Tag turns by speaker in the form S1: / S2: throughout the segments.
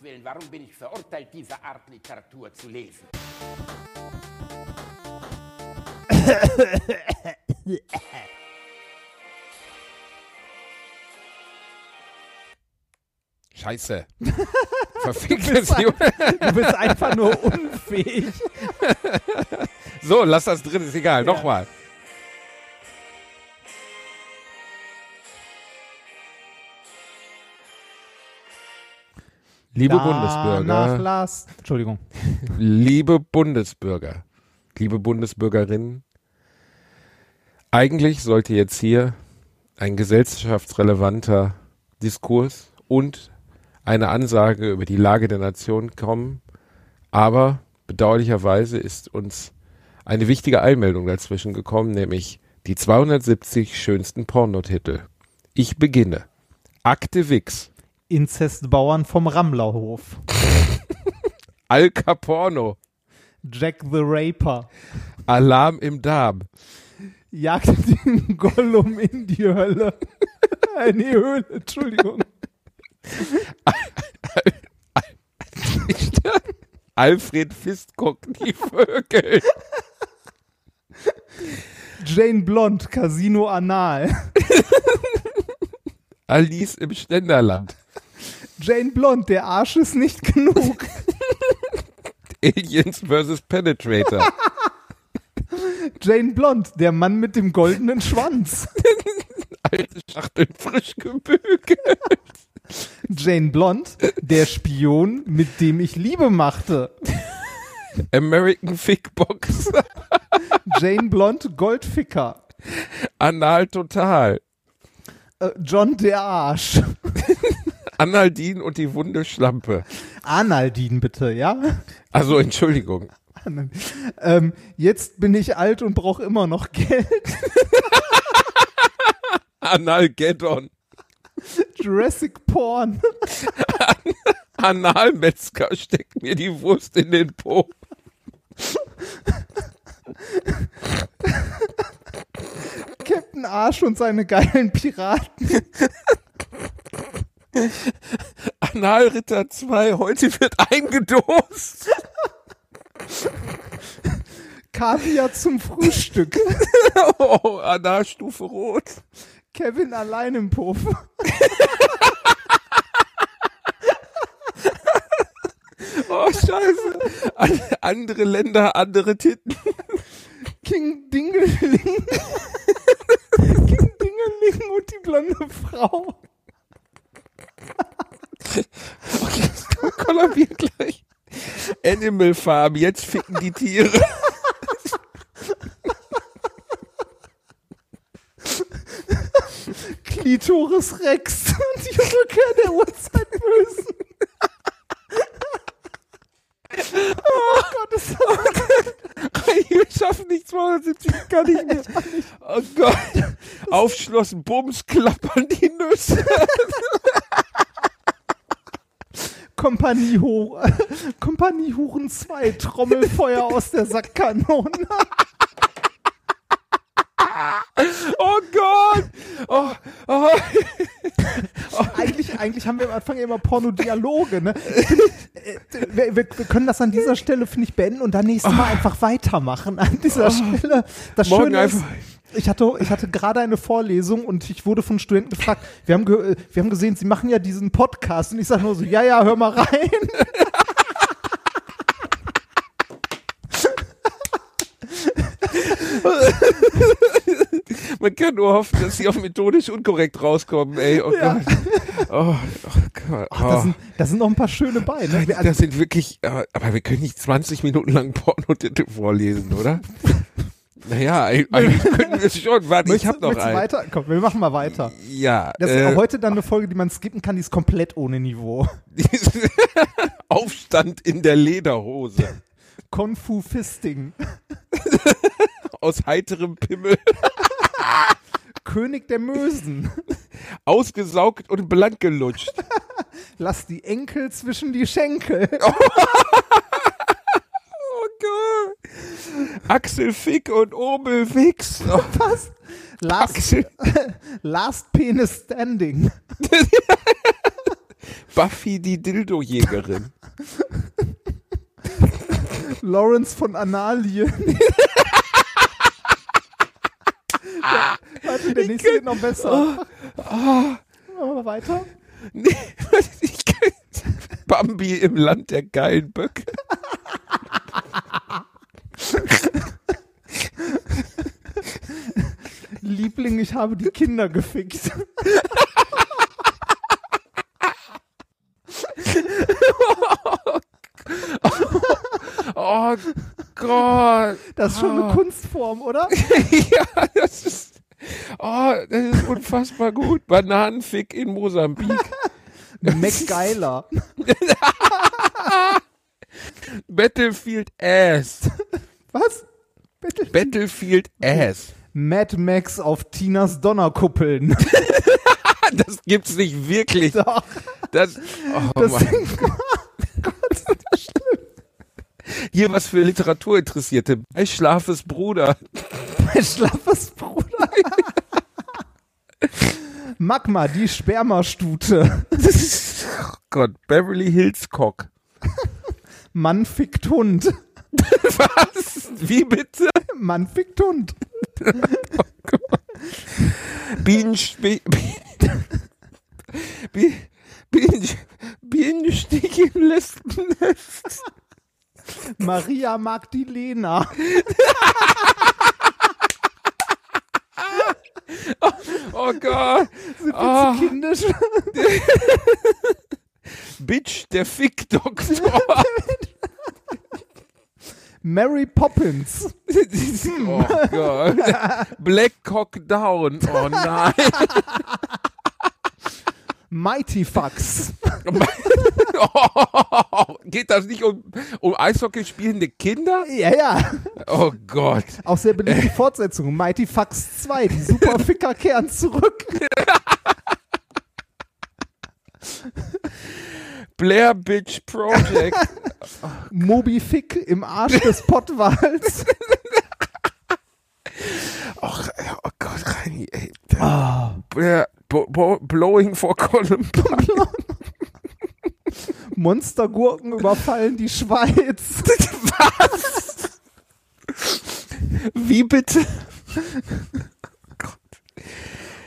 S1: Willen, warum bin ich verurteilt, diese Art Literatur zu lesen?
S2: Scheiße.
S3: Du
S2: Verficktes
S3: bist,
S2: Ju-
S3: ein, du bist einfach nur unfähig.
S2: So, lass das drin, ist egal. Nochmal. Liebe
S3: Nach
S2: Bundesbürger,
S3: Lars. Entschuldigung.
S2: liebe Bundesbürger, liebe Bundesbürgerinnen, eigentlich sollte jetzt hier ein gesellschaftsrelevanter Diskurs und eine Ansage über die Lage der Nation kommen, aber bedauerlicherweise ist uns eine wichtige Einmeldung dazwischen gekommen, nämlich die 270 schönsten Pornotitel. Ich beginne. Akte Wix,
S3: Inzestbauern vom Rammlerhof.
S2: Al Caporno,
S3: Jack the Raper.
S2: Alarm im Darm,
S3: Jagt den Gollum in die Hölle. Äh, in die Höhle, Entschuldigung.
S2: Alfred Fistguck, die Vögel,
S3: Jane Blond, Casino Anal.
S2: Alice im Ständerland,
S3: Jane Blond, der Arsch ist nicht genug.
S2: Aliens vs. Penetrator,
S3: Jane Blond, der Mann mit dem goldenen Schwanz.
S2: alte Schachteln frisch gebügelt,
S3: Jane Blond, der Spion, mit dem ich Liebe machte.
S2: American Fickboxer,
S3: Jane Blond, Goldficker.
S2: Anal Total,
S3: Äh, John der Arsch.
S2: Analdin und die Wunde Schlampe.
S3: Analdin bitte, ja?
S2: Also Entschuldigung.
S3: Ähm, jetzt bin ich alt und brauche immer noch Geld.
S2: Analgeddon.
S3: Jurassic Porn.
S2: Analmetzger steckt mir die Wurst in den Po.
S3: Captain Arsch und seine geilen Piraten.
S2: Analritter 2, heute wird eingedost.
S3: Kaviar zum Frühstück.
S2: Oh, Analstufe Rot.
S3: Kevin allein im Puff.
S2: Oh, scheiße. An andere Länder, andere Titten.
S3: King Dingeling. King Dingeling und die blonde Frau.
S2: Okay, das kollabiert gleich. Animal Farm, jetzt ficken die Tiere.
S3: Klitoris Rex und die Rückkehr der Urzeitbösen. Oh Gott, ist das
S2: Wir schaffen nicht 270, kann ich nicht. Oh Gott. Aufschlossen, Bums, klappern die Nüsse.
S3: Kompanie, Ho Kompanie Huren 2, Trommelfeuer aus der Sackkanone.
S2: Oh Gott! Oh, oh.
S3: Eigentlich, eigentlich haben wir am Anfang immer Pornodialoge. Ne? Ich finde, äh, Wir, wir, wir können das an dieser Stelle, finde ich, beenden und dann nächstes Mal einfach weitermachen. An dieser Stelle. Das
S2: Morgen
S3: Schöne ist,
S2: einfach-
S3: ich hatte, ich hatte gerade eine Vorlesung und ich wurde von Studenten gefragt, wir haben, ge äh, wir haben gesehen, sie machen ja diesen Podcast. Und ich sage nur so, ja, ja, hör mal rein.
S2: Man kann nur hoffen, dass sie auf methodisch unkorrekt rauskommen, ey. Oh
S3: Ja.
S2: Gott. Oh, oh Gott. Oh.
S3: Da sind, da sind noch ein paar schöne bei. Ne? Wir-
S2: das sind wirklich, aber, aber wir können nicht 20 Minuten lang Pornotitel vorlesen, oder? Naja, eig- eigentlich können wir es schon. Warte, ich
S3: Möchtest-
S2: hab noch
S3: möchtest du
S2: einen.
S3: Weiter? Komm, wir machen mal weiter.
S2: Ja.
S3: Das
S2: äh,
S3: ist heute dann eine Folge, die man skippen kann, die ist komplett ohne Niveau.
S2: Aufstand in der Lederhose.
S3: Kung Fu Fisting.
S2: Aus heiterem Pimmel.
S3: König der Mösen.
S2: Ausgesaugt und blank gelutscht.
S3: Lass die Enkel zwischen die Schenkel.
S2: Oh Gott. Axel Fick und Obel Wix. Oh,
S3: Was? Last,
S2: Axel.
S3: last Penis Standing.
S2: Buffy die Dildo-Jägerin.
S3: Lawrence von Analien. der, warte, der nächste geht noch besser.
S2: Oh.
S3: Machen wir weiter.
S2: Nee, ich kann- Bambi im Land der geilen Böcke.
S3: Liebling, ich habe die Kinder gefickt.
S2: Oh Gott.
S3: Das ist schon eine
S2: Ah.
S3: Kunstform, oder?
S2: ja, das ist. Oh, das ist unfassbar gut. Bananenfick in Mosambik.
S3: MacGyler.
S2: Battlefield Ass.
S3: Was? Bitte?
S2: Battlefield Ass.
S3: Mad Max auf Tinas Donnerkuppeln.
S2: Das gibt's nicht wirklich.
S3: Doch,
S2: Das, oh
S3: das
S2: Mann. Hier was für Literaturinteressierte. Ein schlafes Bruder.
S3: mein schlaffes Bruder. Magma, die Spermastute.
S2: Das ist, oh Gott, Beverly Hills Cock.
S3: Mann fickt Hund.
S2: Was? Wie bitte?
S3: Mann fickt Hund.
S2: Bienenspe Bien Bien Bienenstich im letzten Nest.
S3: Maria mag die Lena.
S2: Oh Gott.
S3: Oh.
S2: Oh,
S3: Kindisch.
S2: Bitch, der Fick-Doktor.
S3: Mary Poppins.
S2: Oh Gott. Black Cock Down. Oh nein.
S3: Mighty Fax.
S2: Oh, geht das nicht um, um Eishockey spielende Kinder?
S3: Ja, ja.
S2: Oh Gott.
S3: Auch sehr beliebte Fortsetzung. Mighty Fax 2. Die Superficker kehren zurück.
S2: Blair Bitch Project.
S3: Moby Fick im Arsch des Pottwals.
S2: Och, oh Gott, Reini, ey. Blair, bo, bo, blowing for Columbine.
S3: Monstergurken überfallen die Schweiz.
S2: Wie bitte?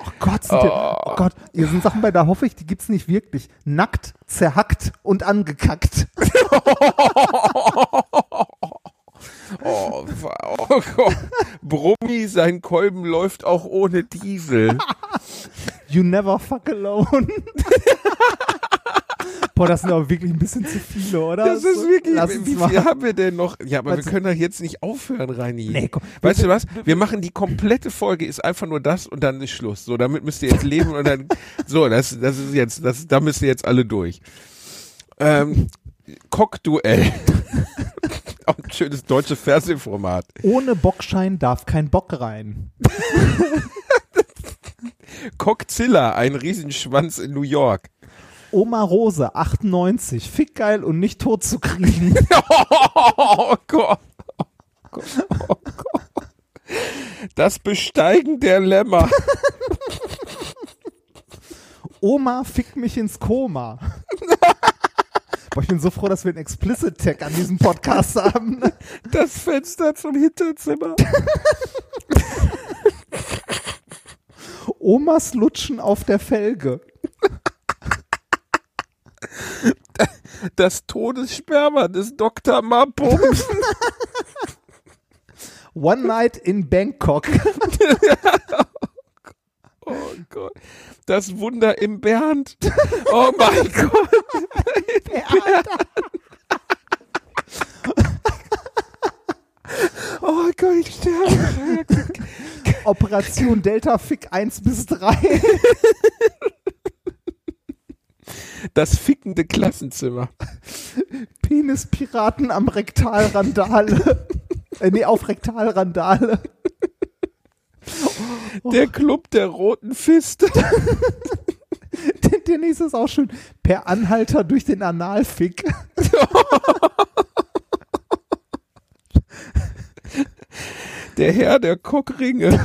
S3: Oh Gott, sind hier, oh Gott, hier sind Sachen bei, da hoffe ich, die gibt's nicht wirklich. Nackt, zerhackt und angekackt.
S2: Oh, wa- oh Gott. Brummi, sein Kolben läuft auch ohne Diesel.
S3: You never fuck alone. Boah, das sind aber wirklich ein bisschen zu viele, oder?
S2: Das ist wirklich.
S3: Lass uns
S2: wie
S3: mal.
S2: viel haben wir denn noch? Ja, aber wir
S3: Was-
S2: können doch jetzt nicht aufhören, Reini.
S3: Nee, komm.
S2: weißt du was? Wir machen die komplette Folge, ist einfach nur das und dann ist Schluss. So, damit müsst ihr jetzt leben und dann. So, das, das ist jetzt, das, da müsst ihr jetzt alle durch. Ähm, Cockduell. Auch ein schönes deutsches Fernsehformat.
S3: Ohne Bockschein darf kein Bock rein.
S2: Cockzilla, ein Riesenschwanz in New York.
S3: Oma Rose, 98, fickgeil und nicht tot zu kriegen.
S2: Oh Gott. Oh Gott. Oh Gott. Das Besteigen der Lämmer.
S3: Oma fick mich ins Koma. Boah, ich bin so froh, dass wir einen Explicit-Tag an diesem Podcast haben. ne?
S2: Das Fenster zum Hinterzimmer.
S3: Omas lutschen auf der Felge.
S2: Das Todessperma des Dr. Mapums.
S3: One Night in Bangkok.
S2: Oh Gott. Das Wunder im Bernd. Oh mein Gott. Oh Gott, ich sterbe.
S3: Operation Delta Fick 1 bis 3.
S2: Das fickende Klassenzimmer.
S3: Penispiraten am Rektalrandale. äh, nee, auf Rektalrandale.
S2: Der Club der roten Fiste.
S3: Der, der nächste ist auch schön. Per Anhalter durch den Analfick.
S2: Der Herr der Kockringe.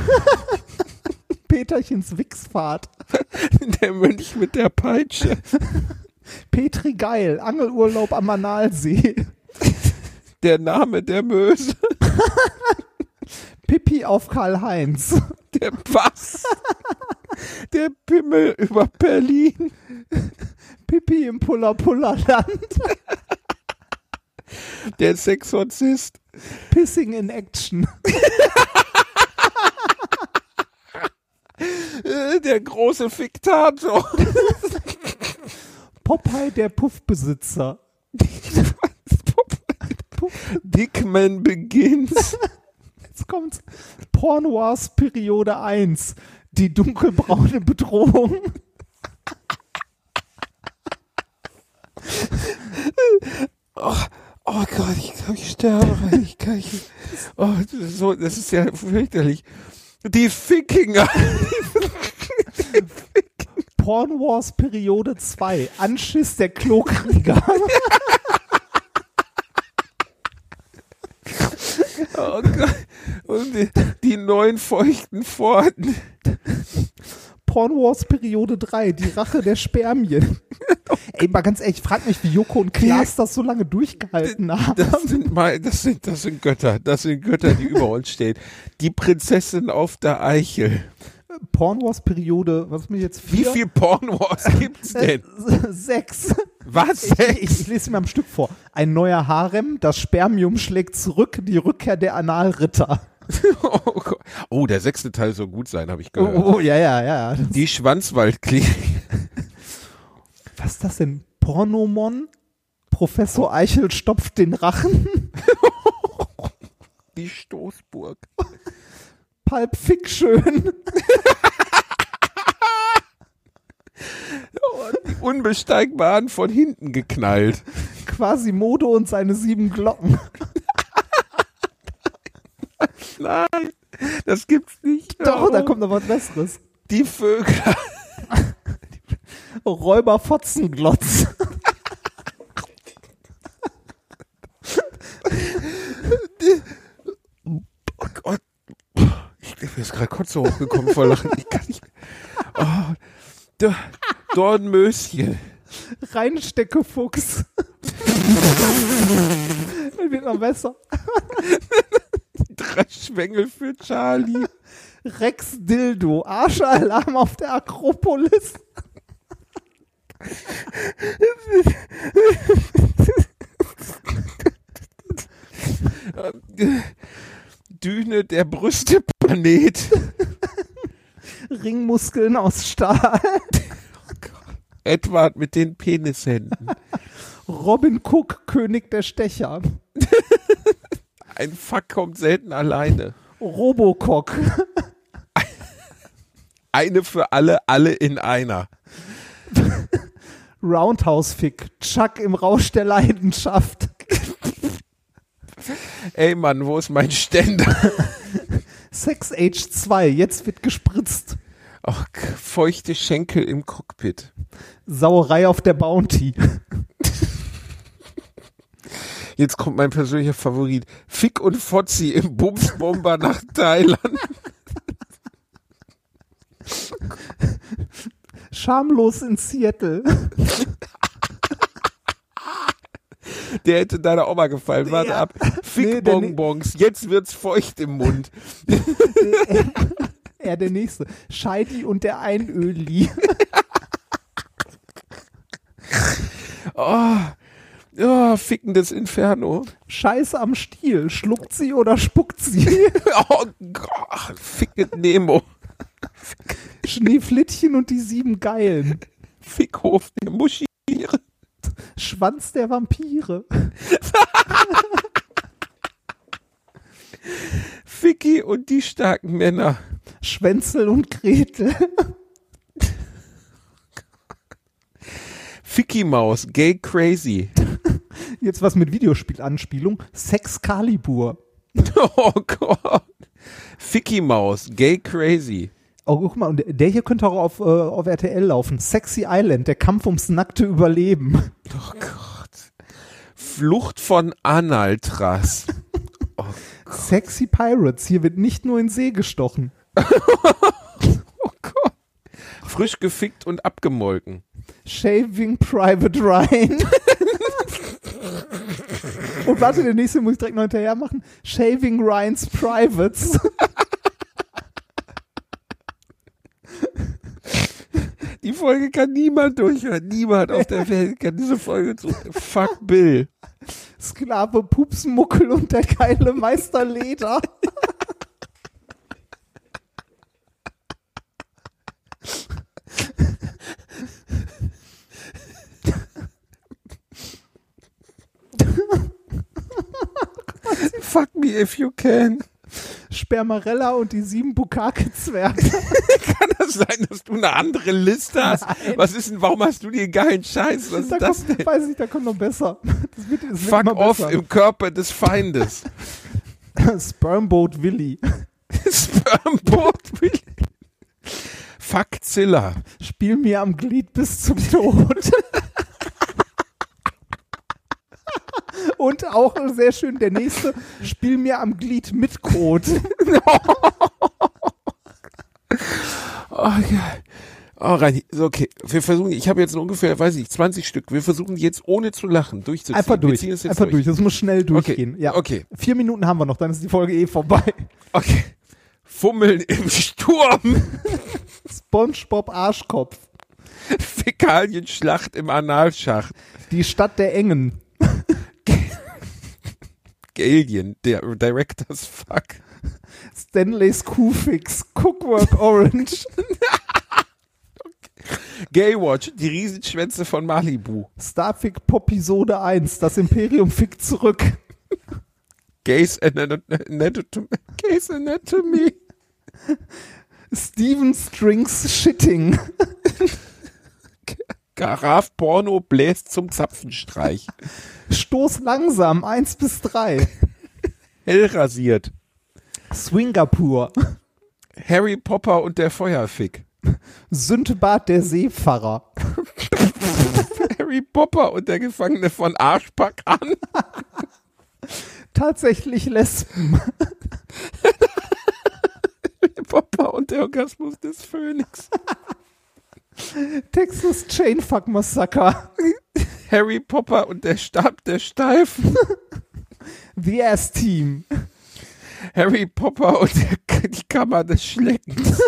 S3: Peterchens Wichsfahrt.
S2: Der Mönch mit der Peitsche.
S3: Petri Geil, Angelurlaub am Analsee.
S2: Der Name der Möse,
S3: Pippi auf Karl-Heinz.
S2: der Pass, der Pimmel über Berlin,
S3: Pippi im Puller-Puller-Land.
S2: der Sexorzist,
S3: Pissing in Action.
S2: äh, der große Fiktator.
S3: Popeye der Puffbesitzer. Puff,
S2: Dickman Begins,
S3: jetzt kommt's. Pornoirs Periode 1. Die dunkelbraune Bedrohung.
S2: Oh Gott, ich glaube, ich sterbe. weil Ich kann nicht. Oh, das ist, so, das ist ja fürchterlich. Die Fickinger.
S3: Pornwars Periode 2. Anschiss der Klokrieger.
S2: Oh Gott. Und die, die neun feuchten Pforten.
S3: Pornwars Periode 3. Die Rache der Spermien. Ey, mal ganz ehrlich, ich frag mich, wie Joko und Klaas das so lange durchgehalten haben.
S2: Das sind, mal, das, sind, das sind Götter. Das sind Götter, die über uns stehen. Die Prinzessin auf der Eichel.
S3: Pornwars Periode, was mir jetzt
S2: Wie
S3: vier?
S2: viel Pornwars gibt's denn?
S3: Sechs.
S2: Was?
S3: Ich, ich lese mir am Stück vor. Ein neuer Harem, das Spermium schlägt zurück, die Rückkehr der Analritter.
S2: Oh, Gott. oh, der sechste Teil soll gut sein, habe ich
S3: Oh,
S2: gehört.
S3: oh, ja, ja, ja.
S2: Die Schwanzwaldklinik.
S3: Was ist das denn? Pornomon? Professor Eichel stopft den Rachen?
S2: Die Stoßburg.
S3: Pulp Fiction?
S2: Unbesteigbaren von hinten geknallt.
S3: Quasimodo und seine sieben Glocken.
S2: Nein, das gibt's nicht.
S3: Doch, da
S2: Warum?
S3: kommt noch was Besseres.
S2: die Vögel.
S3: Räuber Fotzenglotz.
S2: Oh Gott. Ich bin jetzt gerade kurz so hochgekommen vor Lachen. Ich kann nicht. mehr. Oh. Do- Dornmöschen.
S3: Reinsteckefuchs. Das Wird noch besser.
S2: Drei Schwengel für Charlie.
S3: Rex Dildo. Arschalarm auf der Akropolis.
S2: Düne der Brüste Planet.
S3: Ringmuskeln aus Stahl.
S2: Edward mit den Penishänden.
S3: Robin Cook, König der Stecher.
S2: Ein Fuck kommt selten alleine.
S3: Robocock.
S2: Eine für alle, alle in einer.
S3: Roundhouse-Fick. Chuck im Rausch der Leidenschaft.
S2: Ey Mann, wo ist mein Ständer?
S3: Sex Age 2. Jetzt wird gespritzt.
S2: Ach, Oh, feuchte Schenkel im Cockpit.
S3: Sauerei auf der Bounty.
S2: Jetzt kommt mein persönlicher Favorit. Fick und Fotzi im Bumsbomber nach Thailand.
S3: Schamlos in Seattle.
S2: Der hätte deiner Oma gefallen. Warte
S3: Ja.
S2: ab. Fick
S3: Nee, der
S2: Bonbons. Jetzt wird's feucht im Mund.
S3: Er der Nächste. Scheidi und der Einöli.
S2: Oh. Ja, fickendes Inferno.
S3: Scheiß am Stiel. Schluckt sie oder spuckt sie?
S2: Oh Gott, ficket Nemo.
S3: Schneeflittchen und die sieben Geilen.
S2: Fickhof der Muschiere.
S3: Schwanz der Vampire.
S2: Ficky und die starken Männer.
S3: Schwänzel und Gretel.
S2: Ficky Maus, gay crazy.
S3: Jetzt was mit Videospielanspielung. Sex Calibur.
S2: Oh Gott. Ficky Maus, gay crazy.
S3: Oh, guck mal, und der hier könnte auch auf, äh, auf RTL laufen. Sexy Island, der Kampf ums nackte Überleben.
S2: Oh Gott. Flucht von Analtras.
S3: Sexy Pirates, hier wird nicht nur in See gestochen.
S2: Oh Gott. frisch gefickt und abgemolken.
S3: Shaving Private Ryan. Und warte, der nächste muss ich direkt noch hinterher machen. Shaving Ryan's Privates.
S2: Die Folge kann niemand durchhören. Niemand auf der Welt kann diese Folge zu. Fuck Bill.
S3: Sklave Pupsmuckel und der geile Meister Leder.
S2: Fuck me if you can.
S3: Spermarella und die sieben Bukake-Zwerge.
S2: Kann das sein, dass du eine andere Liste hast? Was ist denn, warum hast du den geilen Scheiß? Was
S3: Da
S2: ist das
S3: kommt,
S2: denn?
S3: weiß ich, da kommt noch besser. Das wird, das wird
S2: Fuck
S3: immer
S2: off
S3: besser.
S2: im Körper des Feindes.
S3: Spermboat Willy.
S2: Spermboot will. Fuckzilla.
S3: Spiel mir am Glied bis zum Tod. Und auch sehr schön der nächste, spiel mir am Glied mit Code.
S2: Oh, ja. Oh, Reini, so, okay. Wir versuchen, ich habe jetzt ungefähr, weiß ich, 20 Stück. Wir versuchen jetzt ohne zu lachen durchzuziehen.
S3: Einfach
S2: Wir
S3: durch.
S2: ziehen es jetzt
S3: Einfach durch. Es muss schnell
S2: Okay.
S3: durchgehen. Ja.
S2: Okay.
S3: Vier Minuten haben wir noch, dann ist die Folge eh vorbei.
S2: Okay. Fummeln im Sturm.
S3: SpongeBob Arschkopf.
S2: Fäkalienschlacht im Analschacht.
S3: Die Stadt der Engen.
S2: Galien, der Director's Fuck.
S3: Stanley's Q-Fix. Cookwork Orange.
S2: Gaywatch, die Riesenschwänze von Malibu.
S3: Starfic Popisode 1. Das Imperium fickt zurück.
S2: Gays Anat- Anatomy. Gays Anatomy.
S3: Steven Strings Shitting.
S2: Garaf Porno bläst zum Zapfenstreich.
S3: Stoß langsam. 1 bis 3.
S2: Hell rasiert.
S3: Swingapur.
S2: Harry Popper und der Feuerfick.
S3: Sündbad der Seefahrer.
S2: Harry Popper und der Gefangene von Arschpack an.
S3: Tatsächlich Lesben.
S2: Harry Popper und der Orgasmus des Phönix.
S3: Texas Chainfuck Massaker.
S2: Harry Popper und der Stab der Steifen.
S3: The Ass Team.
S2: Harry Popper und der, die Kammer des Schleckens.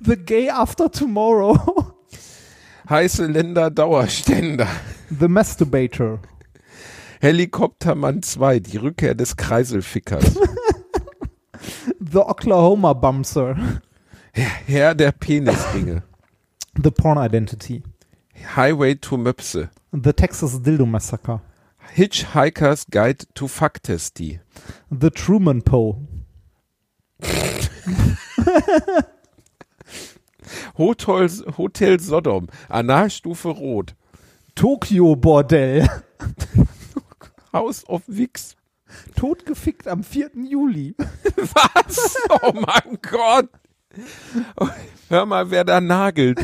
S3: The Gay After Tomorrow.
S2: Heiße Länder Dauerständer.
S3: The Masturbator.
S2: Helikoptermann 2, die Rückkehr des Kreiselfickers.
S3: The Oklahoma Bumser.
S2: Herr der Penisringe.
S3: The Porn Identity.
S2: Highway to Möpse.
S3: The Texas Dildo Massacre.
S2: Hitchhiker's Guide to Fucktesty.
S3: The Truman Poe.
S2: Hotel, Hotel Sodom. Analstufe Rot.
S3: Tokio Bordell.
S2: House of Wix.
S3: Totgefickt am 4. Juli.
S2: Was? Oh mein Gott. Hör mal, wer da nagelt.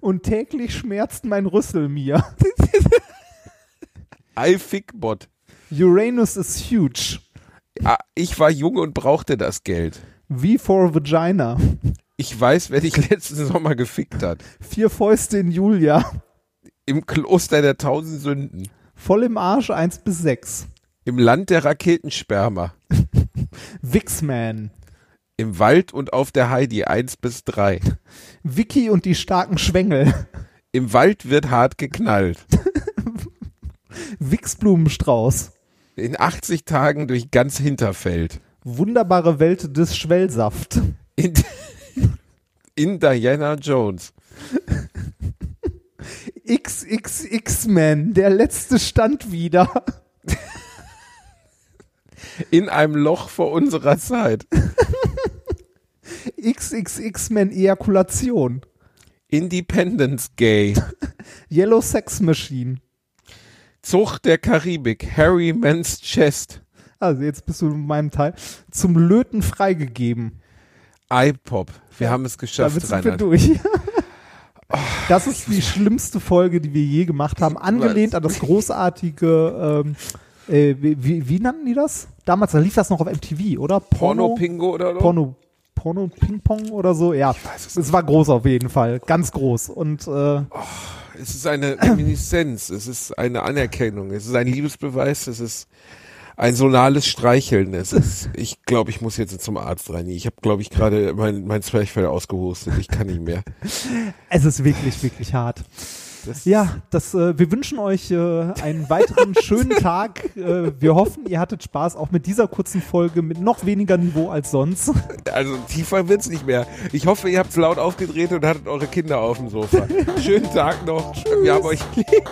S3: Und täglich schmerzt mein Rüssel mir.
S2: I Fickbot.
S3: Uranus is huge.
S2: Ah, Ich war jung und brauchte das Geld.
S3: V for Vagina.
S2: Ich weiß, wer dich letzten Sommer gefickt hat.
S3: Vier Fäuste in Julia.
S2: Im Kloster der tausend Sünden.
S3: Voll im Arsch 1 bis 6.
S2: Im Land der Raketensperma.
S3: Wixman.
S2: Im Wald und auf der Heidi 1 bis 3.
S3: Vicky und die starken Schwengel.
S2: Im Wald wird hart geknallt.
S3: Wixblumenstrauß.
S2: In 80 Tagen durch ganz Hinterfeld.
S3: Wunderbare Welt des Schwellsaft.
S2: In, in Diana Jones.
S3: XXX-Man, der letzte Stand wieder.
S2: In einem Loch vor unserer Zeit.
S3: XXX-Man Ejakulation.
S2: Independence Gay.
S3: Yellow Sex Machine.
S2: Zucht der Karibik. Harry Man's Chest.
S3: Also jetzt bist du in meinem Teil. Zum Löten freigegeben.
S2: iPop. Wir haben es geschafft,
S3: Damit sind wir
S2: Reinhard.
S3: durch. Das ist die schlimmste Folge, die wir je gemacht haben. Angelehnt an das großartige, ähm, äh, wie, wie nannten die das? Damals da lief das noch auf MTV, oder?
S2: Porno Pingo oder so?
S3: Porno Porno Ping-Pong oder so. Ja, es, war groß auf jeden Fall. Ganz groß. Und äh,
S2: Es ist eine Reminiszenz, es ist eine Anerkennung, es ist ein Liebesbeweis, es ist ein sonales Streicheln. Es ist, ich glaube, ich muss jetzt zum Arzt rein. Ich habe, glaube ich, gerade mein, mein Zwerchfell ausgehustet. Ich kann nicht mehr.
S3: es ist wirklich, wirklich hart.
S2: Das-
S3: Ja, das, äh, wir wünschen euch äh, einen weiteren schönen Tag. Äh, wir hoffen, ihr hattet Spaß auch mit dieser kurzen Folge mit noch weniger Niveau als sonst.
S2: Also tiefer wird's nicht mehr. Ich hoffe, ihr habt's laut aufgedreht und hattet eure Kinder auf dem Sofa. Schönen Tag noch. Wir haben euch lieb.